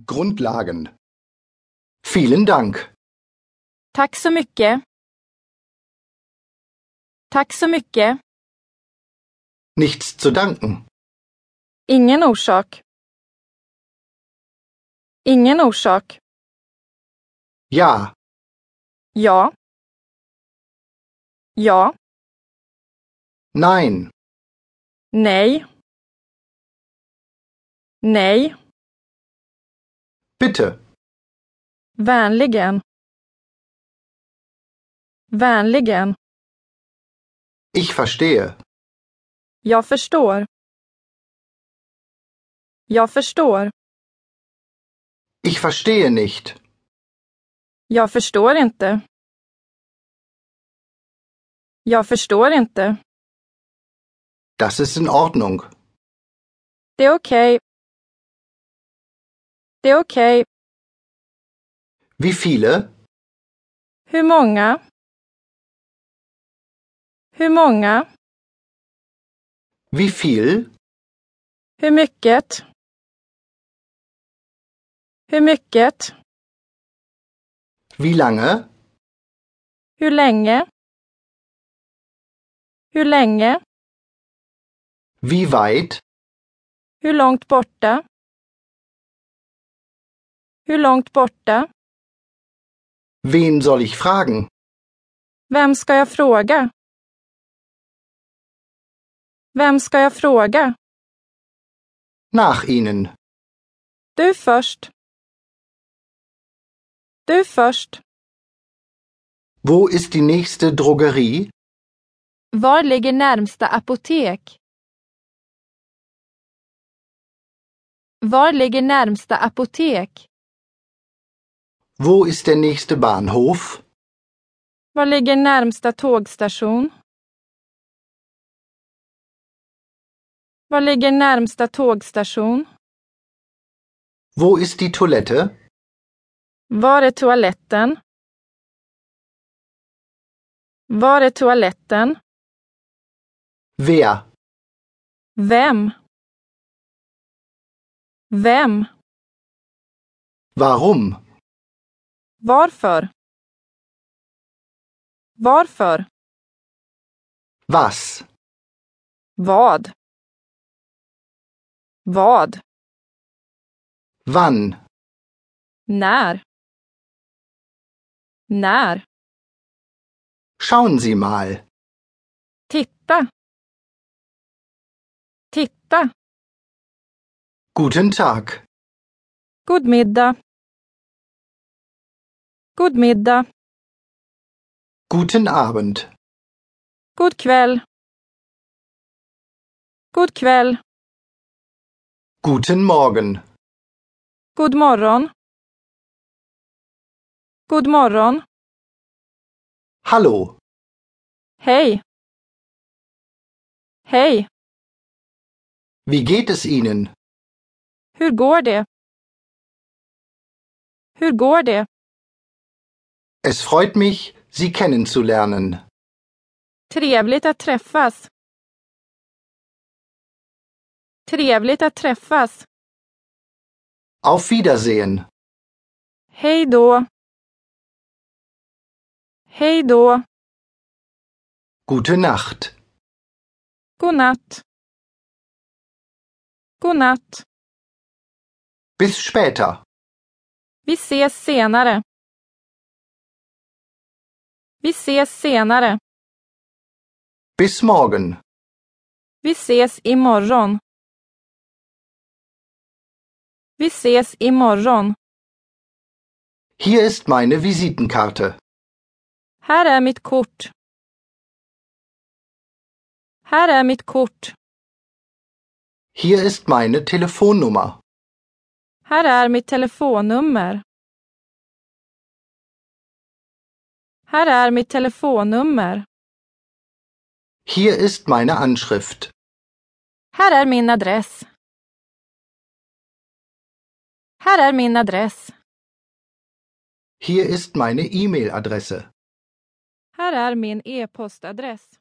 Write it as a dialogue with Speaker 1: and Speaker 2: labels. Speaker 1: grundlagen. Vielen Dank.
Speaker 2: Tack så mycket. Tack så mycket.
Speaker 1: Nichts zu danken.
Speaker 2: Ingen orsak. Ingen orsak.
Speaker 1: Ja,
Speaker 2: Ja. Ja.
Speaker 1: nein,
Speaker 2: Nej. Nej.
Speaker 1: bitte,
Speaker 2: Vänligen. Vänligen.
Speaker 1: ich verstehe.
Speaker 2: Jag förstår. Jag förstår.
Speaker 1: Ich verstehe nicht.
Speaker 2: Jag förstår inte. Jag förstår inte.
Speaker 1: Das ist in Ordnung.
Speaker 2: Det är okej. Det är okej.
Speaker 1: Wie viele?
Speaker 2: Hur många? Hur många?
Speaker 1: Wie viel?
Speaker 2: Hur mycket? Hur mycket?
Speaker 1: Wie lange?
Speaker 2: Hur länge? Hur länge?
Speaker 1: Wie weit?
Speaker 2: Hur långt borta? Hur långt borta?
Speaker 1: Wen soll ich fragen?
Speaker 2: Vem ska jag fråga? Vem ska jag fråga?
Speaker 1: Nach Ihnen.
Speaker 2: Du först. Du först.
Speaker 1: Wo ist die nächste Drogerie?
Speaker 2: Var ligger närmsta apotek? Var ligger närmsta apotek?
Speaker 1: Wo ist der nächste Bahnhof?
Speaker 2: Var ligger närmsta tågstation? Var ligger närmsta tågstation?
Speaker 1: Wo ist die Toilette?
Speaker 2: Var är toaletten? Var är toaletten?
Speaker 1: Wer?
Speaker 2: Vem? Vem?
Speaker 1: Warum?
Speaker 2: Varför? Varför?
Speaker 1: Was?
Speaker 2: Vad? Vad?
Speaker 1: Wann?
Speaker 2: När? När?
Speaker 1: Schauen Sie mal.
Speaker 2: Titta! Titta!
Speaker 1: Guten Tag.
Speaker 2: God middag! God middag!
Speaker 1: Guten Abend.
Speaker 2: God kväll! God kväll!
Speaker 1: Guten Morgen.
Speaker 2: God morgon! God morgon!
Speaker 1: Hallo.
Speaker 2: Hej! Hej!
Speaker 1: Wie geht es Ihnen?
Speaker 2: Hur går det? Hur går det?
Speaker 1: Es freut mich, Sie kennenzulernen.
Speaker 2: Trevligt att träffas. Trevligt att träffas.
Speaker 1: Auf Wiedersehen.
Speaker 2: Hej då. Hej då.
Speaker 1: Gute Nacht.
Speaker 2: God natt. God natt.
Speaker 1: Bis später.
Speaker 2: Vi ses senare. Vi ses senare.
Speaker 1: Bis morgen.
Speaker 2: Vi ses imorgon. Vi ses imorgon.
Speaker 1: Hier ist meine Visitenkarte.
Speaker 2: Här är mitt kort. Här är mitt kort.
Speaker 1: Hier ist meine Telefonnummer.
Speaker 2: Här är mitt telefonnummer. Här är mitt telefonnummer.
Speaker 1: Hier ist meine Anschrift.
Speaker 2: Här är min adress. Här är min adress.
Speaker 1: Hier ist meine E-Mail-Adresse.
Speaker 2: Här är min e-postadress.